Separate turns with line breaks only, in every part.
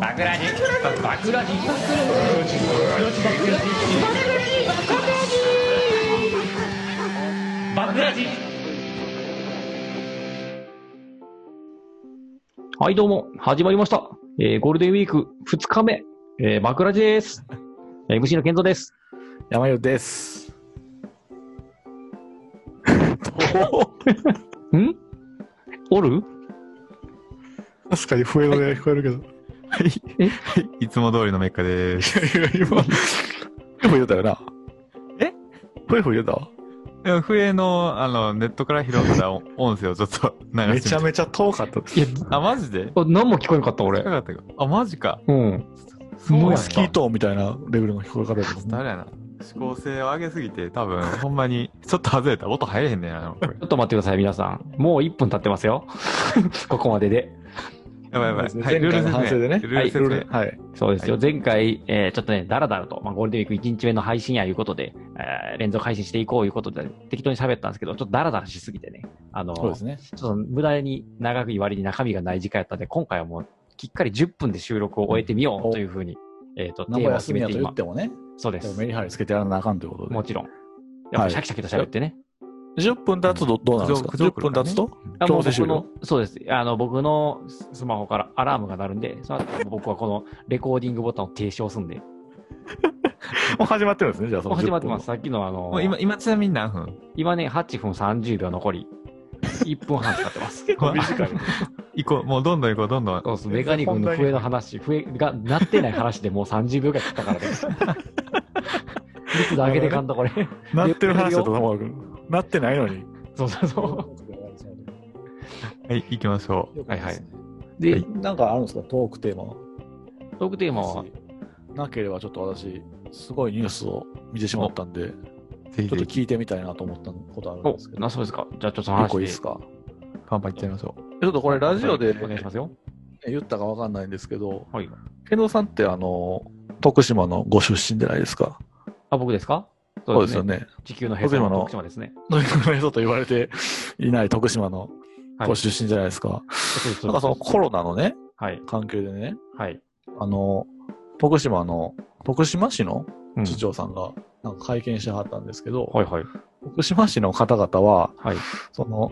バクラジバクラジバクラジ
はい、どうも、始まりました。えーゴールデンウィーク2日目、えー、バクラジです。えー MC の健三です。
山よです。
んおる
確かに笛の音が聞こえるけど。
いつも通りのメッカでーす。
いやいや、今、笛吹いてたよな。
え
笛吹いてた
でも笛の、あの、ネットから拾った音音声をちょっと流してみ
めちゃ
ち
めちゃ遠かった。
いや、
ゃ。あ、マジで
あ何も聞こえんかった、俺
近。かったか。あ、マジか。
うん。
そう
も
や
う
な
スキートーンみたいなレベルの聞こえ方やけど
誰やな。指向性を上げすぎて、多分、ほんまに、 ちょっと外れた。音入れへんねんな、これ
ちょっと待ってください、皆さん。もう1分経ってますよ。 ここまでで。
やばいやばい。
そうです
はい、
ね
ルール説明。
前回の反省でね
ルール説明。
はい。
そうですよ。
は
前回、えーちょっとね、だらだらと、まあ、ゴールデンウィーク1日目の配信やいうことで、えー連続配信していこういうことで、適当に喋ったんですけど、ちょっとだらだらしすぎてね、あの、
そうですね。
ちょっと無駄に長く言われに中身がない時間やったんで、今回はもう、きっかり10分で収録を終えてみようというふうに、えっ、と、テ
名
ー
古
マ
屋
を決
休
め
みや
て
と言
今
っ、てもね、
そうで
ですも。メリハリつけてやらなあかんということで。
もちろん。やっぱ
はい
シャキシャキと喋ってね。
10分経つとどどうなんですか
苦情
?10
苦情
分
来るから
経
ね
つと
あもう
強制
僕
終
の
了、
そうです。あの、僕のススマホからアラームが鳴るんで、その後僕はこのレコーディングボタンを提唱す んで、
もう始まってるんですね、じゃあそ
もう
の10
始
分
ま
は
ってます。さっきのあの
もう今、今ちなみに何分
今ね、8分30秒残り、1分半使ってます。
結構短い。
行こう。もうどんどん行こう、どんどん。
そうです。メガニ君の笛の話、笛が鳴ってない話でもう30秒ぐらい経ったからです。率だけでかんだ、これ。
なってる話だと思うけどなってない のに。
そうそうそ
はい、行きましょう。
はいはい。う。
え
で、
なんかあるんですかトークテーマは。
トークテーマは、
なければちょっと私、すごいニュースを見てしまったんで、ち
ぜひ
ょっ
ぜ
と
ひ、
聞いてみたいなと思ったことあるん
お
ですけ、ど、
な、そうですか。じゃあちょっと
結
話
構い
し
いで
て
す。か
パンパン行っちゃいましょう。
ちょっとこれラジオで
お願いしますよ。
言ったかわかんないんですけど、
はい。
健三さんってあの、徳島のご出身じゃないですか。
あ、僕ですか
そうですよ。ね。
地球の平
僕
和
今
の
の
徳島ですね。
の人と言われていない徳島の
はい
ご出身じゃないですか。
そうです
なんかそのコロナのね、
はい。
関係でね、
はい。
あの、徳島の、徳島市の
うん
市長さんがなんか会見してはったんですけど、
はいはい。
徳島市の方々は、
はい。
その、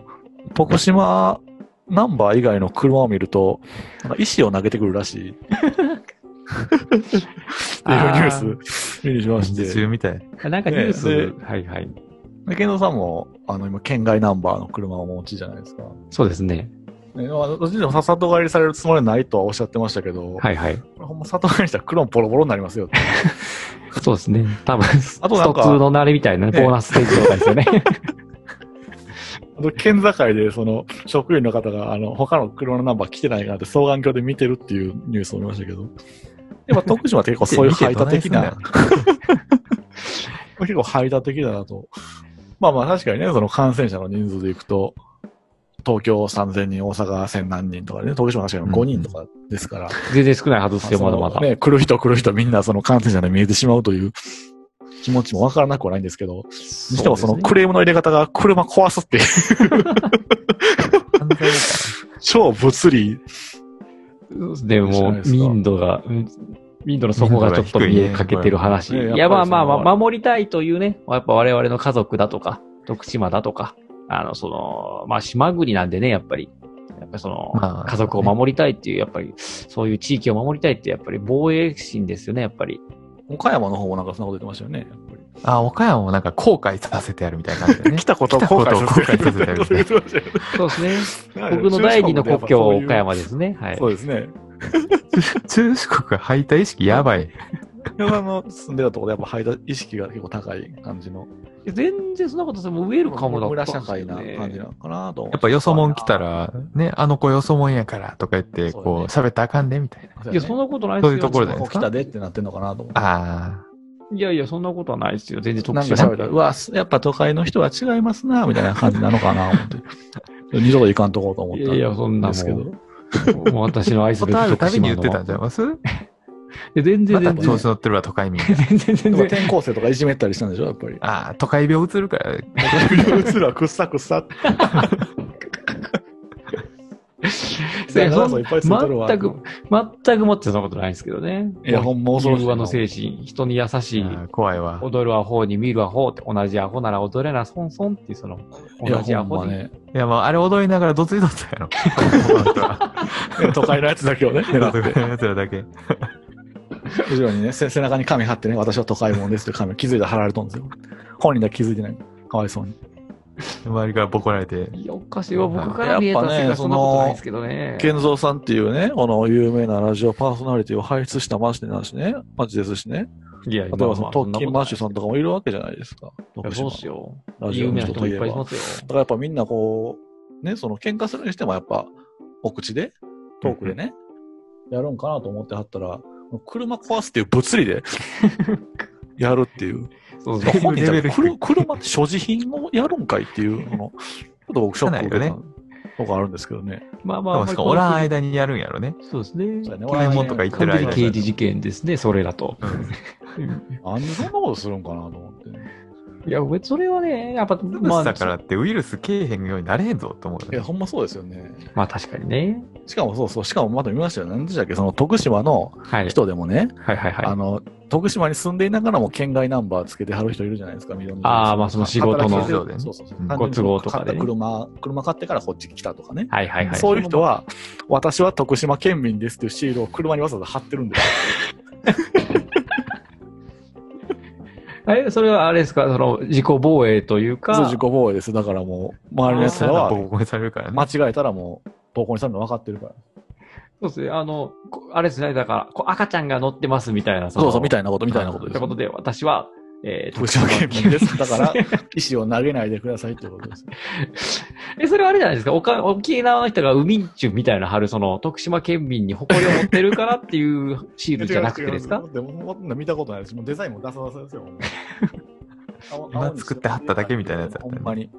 徳島ナンバー以外の車を見ると、なんか石を投げてくるら しい。っていうニュース目にしまし
自
て。
習みたい。
あなんかニュース、
ね
はいはい。
で、ケンドーさんも、あの、今、県外ナンバーの車をお持ちじゃないですか。
そうですね。
ね、まあ、どっちでもさ里帰りされるつもりはないとはおっしゃってましたけど、
はいはい。
これほんま里帰りしたら黒ボロボロになりますよって。
そうですね。多分、ス
あ
ト
となんか
2の慣れみたいなね
ね
ボーナスステージとかですよね。
あと、県境で、その、職員の方が、あの、他の車のナンバー来てないかなって双眼鏡で見てるっていうニュースを見ましたけど、やっぱ徳島って結構そういう排他的な、結構排他的だなと。まあまあ確かにね、その感染者の人数でいくと、東京3000人、大阪1000何人とかね、徳島確かに5人とかですから、
全然少ないはずですよ、
そ
まだ
の
まだ。
ね、来る人来る人みんなその感染者で見えてしまうという気持ちもわからなくはないんですけど、
に
にし
して
もそのクレームの入れ方が車壊す っていう、
完全に
超物理。
でも、民度が、うん民度の底がちょっと見えかけてる話。
民度が低いね
いや、
これ
まあまあま
やっ
あ
ぱりその
まあ、守りたいというね、やっぱ我々の家族だとか、徳島だとか、あの、その、まあ、島国なんでね、やっぱり。やっぱりその、
まあ
家族を守りたいっていう、やっぱり、そういう地域を守りたいって、やっぱり防衛心ですよね、やっぱり。
岡山の方もなんかそんなこと言ってましたよね。やっぱり
あ、岡山もなんか後悔させてやるみたいな感じでね
来。たことを後悔させてやるみたいなこと言ってましたよね
そうですね。僕の第二の故郷、岡。山ですね。はい。
そうですね。
中四国排他意識や ばい。
岡山の住んでたところでやっぱ排他意識が結構高い感じの。
全然そんなことしても、ウェルカムだったん
村
です
社会
よ
な
ね
感じなのかなと思
やっぱよそもん来たら、ね、あの子よそもんやからとか言って、
そう
こう、
だ
喋ったらあかんでみたいな。
いや、そんなことないですよ。
そういうところだよ
来たでってなってんのかなと思って。
あ
いやいや、そんなことはないですよ。全然特
なん
殊
か
な
喋ったら、うわ、やっぱ都会の人は違いますな、みたいな感じなのかな、思って。二度と行かんとこうと思っ
い
た
やいや、そんな
ですけ
も
ど。
ん。もう私の愛
あ。
する
答えるたびに言ってたん
い
ちゃいます
や全
ま
然
た
全
調
然
子。乗ってるわ、都会 民。あ。
全然全
で
然。
も転校生とかいじめたりしたんでしょ、やっぱり
あ、都会病移るから。
うつらくっさくっさって。
そう
そうそういっぱいついとるわ。
全く、全くもってそんなことないんですけどね。
いや、ほんま恐ろしい
融
な。
和の精神、人に優しい、
あー怖いわ。
踊るアホに見るアホって、同じアホなら踊れな、そんそんっていう、その、
いや、
同じ
ほ
ア
ん
ホ
ま
で、
ね。
いや、まあ、あれ踊りながらどついとったや ろ。
都会のやつだけをね、狙って。
やつらだけ。
後ろにね、背背中に紙貼ってね、私は都会もんですって紙を気づいたら貼られとんですよ。本人だけ気づいてない。かわいそうに。
周りからボコられて。
いや、おかしいわ、僕から見えた世界はそんなことないんですけどね。
健三さんっていうね、この有名なラジオパーソナリティを輩出したマジでなんしね、マジですしね。
いや、
例えばその、特勤マッシュ
そ
さんとかもいるわけじゃないです
ん
か。
なことない
徳
いや、そう
島
っすよ。
ラジ
有
オの
名な
人
人も
とい
いっ
え
ぱ
ば。
いい
だか
ますよ。
らやっぱみんなこう、ね、その喧嘩するにしてもやっぱ、お口で、トークでね、やるんかなと思ってはったら、車壊すっていう物 理で、やるっていう。
そう
だいぶ
本人
レベル
だ
低い
車車って所持品をやるんかいっていう、この、ちょっと僕ショックを受けたとかあるんですけどね。
まあま
ま
あ
あ、しかも、おらん間にやるんやろね。
そうですね。
そうやね
買い物とか行ってる
完全
間
に刑事事件ですね、それだと。
なんでそんなことするんかなと思って。
いや、別にそれはね、やっぱ、
ウイ
ま
ルス
あ
だ、からってウイルスけえへんようになれへんぞと思う
い
よ
や、
ね。
ほんまそうですよね。
まあ確かにね。
しかもそうそう、しかもまだ見ましたよ。何でしたっけその徳島の
はい。
人でもね、
はいはいはい。
あの、徳島に住んでいながらも県外ナンバーつけてはる人いるじゃないですか、いろんな。
あーまあその仕事の
働き手で
うん
そうそうそう。
ご
都合とかでね
買った車、車買ってからこっち来たとかね。
はいはいはい。
そういう人は、私は徳島県民ですっていうシールを車にわざわざ貼ってるんですよ。
え、それはあれですか、その、自己防衛という
そう
か
自己、防衛です。だからもう、周りのやつら
ボコ
は、
ボコにされるからね。
間違えたらもう、投稿にされるの分かってるから。
そうですね、あの、こあれですね、だから、こう赤ちゃんが乗ってますみたいな、
そうそう、み
い
たいなこと、みたいなこと
っ
で
て
す
こ。とで、私は、えー
徳島県民です。だから、石を投げないでくださいってことです。
え、それはあれじゃないですか、おか沖縄の人がウミンチュみたいなの貼る、その、徳島県民に誇りを持ってるからっていうシールじゃなくてですか
でも、見たことないです。もうデザインもダサダサですよ。
今作って貼っただけみたいなやつだった
ほ
ね
んまに。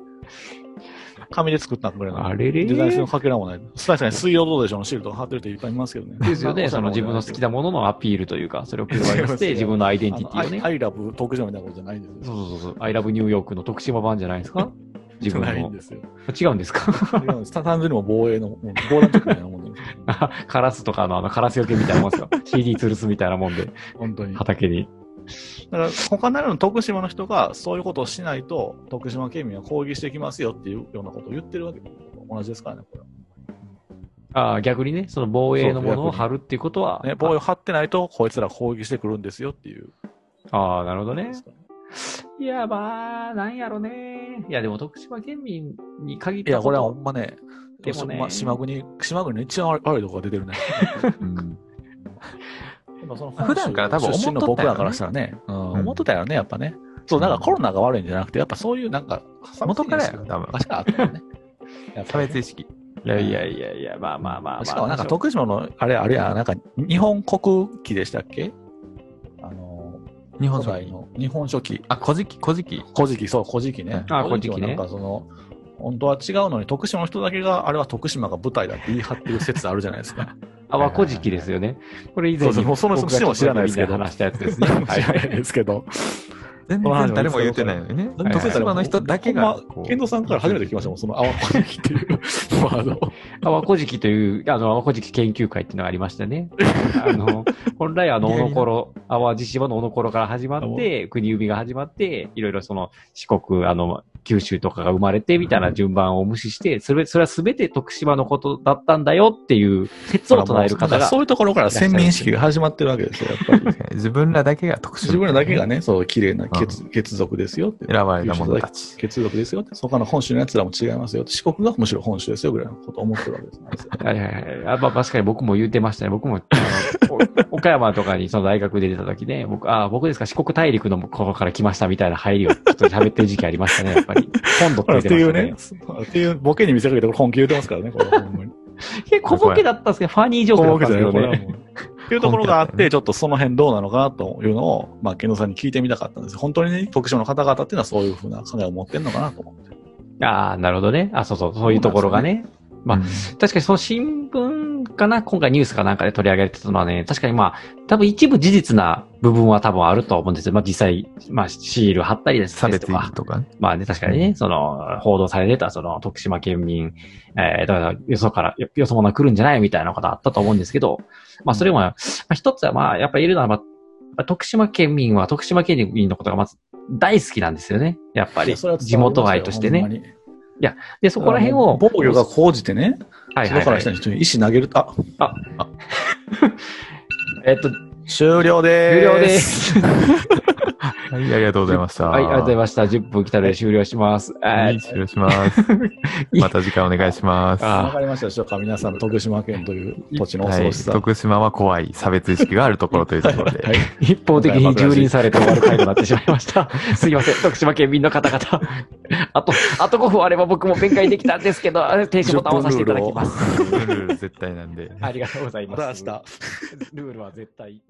紙で作ったぐらいの。
あれれ
デザイン性のかけらもない。確かに水曜どうでしょうのシールとか貼ってる人いっぱいいますけどね。
ですよね、その自分の好きなもののアピールというか、それを加えまして、自分のアイデンティティをね
あのアイ。アイラブ特上みたいなことじゃないです
そ
よ。
うそうそうそう、I love New York の徳島版じゃないですか自分
ないん
の
で。すよ。
違うんですか
違うん です単純にもう防衛の、もう防弾チョッキみたいなもんで、
カラスとかのあのカラスよけみたいなもんですよ。CD 吊るすみたいなもんで、
本当に。だか
畑に。
ら、他ならの徳島の人がそういうことをしないと、徳島県民は抗議してきますよっていうようなことを言ってるわけ同じですからね、これは。
ああ、逆にね、その防衛のものを貼るっていうことは。
ね、防衛を張ってないと、こいつら抗議してくるんですよっていう。
ああ、なるほどね
です。から
いや、まあ、なんやろね。いや、でも徳島県民に限っ
い
た
や、
こ
ことれはほんまね、
でもね
ま島国、島国の一番悪い悪いところが出てるね。
うん
でもその
普段から多分
出身の
思っとっ
僕
たんやろね
らからしたらね、うん
うん
思っとったよね、やっぱね。そう、なんかコロナが悪いんじゃなくて、やっぱそういうなんか、
元からやろ多分
昔からあったよね。やっ
差
ぱりね
別意識。
いやいやいやいや、まあまあまあまあ。
しかもなんか徳島の、あれ、あれや、なんか日本国旗でしたっけあの、
日本
古
書
代の日本書紀。
あ、古事記、古事記。
古事記、そう、古事記ね。
あ古事記ね
はなんかその、本当は違うのに、徳島の人だけが、あれは徳島が舞台だって言い張ってる説あるじゃないですか。
あ、和古事記ですよね。これ以前
そうそう
に
もうその
僕が
その人も知らないですけど
ちょっと話したやつですね。
は、
はいい
は。い、ですけど。
全然誰も言ってないのにね。
い
徳島の人だけが
ほんま
こう。
遠藤さんから初めて聞きましたもん、その、あわこじきっていうワー ド。
あ和古事記という、あの、和古事記研究会っていうのがありましてね。あの、本来あの、おのころ、淡路島のおのころから始まって、国海が始まって、いろいろその、四国、あの、九州とかが生まれて、みたいな順番を無視して、それ、それは全て徳島のことだったんだよっていう説を唱える方
だから
が
そ、ういうところから先民意識が始まってるわけですよ、やっぱり。
自分らだけが特殊。
自分らだけがね、そう、綺麗な血血族ですよって。
選ばれた者たち。
血族ですよって。他の本州のやつらも違いますよって。四国がむしろ本州ですよぐらいのことを思ってるわけですね。
はいはいはい。あまあ、確かに僕も言ってましたね。僕も、あのお岡山とかにその大学で出た時ね、僕、あ僕ですか、四国大陸のここから来ましたみたいな入りをちょっと喋ってる時期ありましたね、やっぱり。本土って
っ
言っててま
い
し
う
たね
ね。、っていうボケに見せかけて、これ本気言ってますからね、これは ほんまに。
結構小ボケだったんですけど、ファニージョークだったんですけど
これは
ね。
もう。っていうところがあって、ちょっとその辺どうなのかなというのを、まあ、ケンドさんに聞いてみたかったんです。本当にね、特徴の方々っていうのはそういうふうな考えを持ってるのかなと思って。
ああ、なるほどね。あ、そうそう、そういうところがね。まあ
うん、
確かにその新聞本かな今回ニュースかなんかで取り上げられてたのはね、確かにまあ、多分一部事実な部分は多分あるとは思うんですよ。まあ実際、まあシール貼ったりです
差別
と
意義
か。
とかね。
まあね、確かにね、その、報道されてた、その、徳島県民、えー、だから、よそから、よよそ者来るんじゃないみたいなことあったと思うんですけど、まあそれも、まあ一つはまあ、やっぱりいるのは、まあ、まあ徳島県民は徳島県民のことがまず大好きなんですよね。やっぱ
い
り
やそれは、
地
伝わりますよ
元愛として
ほん
ね。
まに
で、そこら辺を、
防御が講じてね、
はいは
外
い、
から
は
来た
い。
人に石投げると、あ、
えっと、
終了でー
終
す。。
了です
はい、ありがとうございました。
はい、ありがとうございました。10分来たので終了します。えー
失礼します。また次回お願いします。
あ
は
ー
わかりましたでしょうか皆さん、徳島県という土地の恐ろ
い
しさ。。
徳島は怖い差別意識があるところというところで。
一方的に蹂躙されて終わる回となってしまいました。 すいません、徳島県民の方々。あと、あと5分あれば僕も弁解できたんですけど、あれ停止ボタンを押させていただきます。
ルール絶対なんで。
ありがとうございます。
また明日。
ルールは絶対。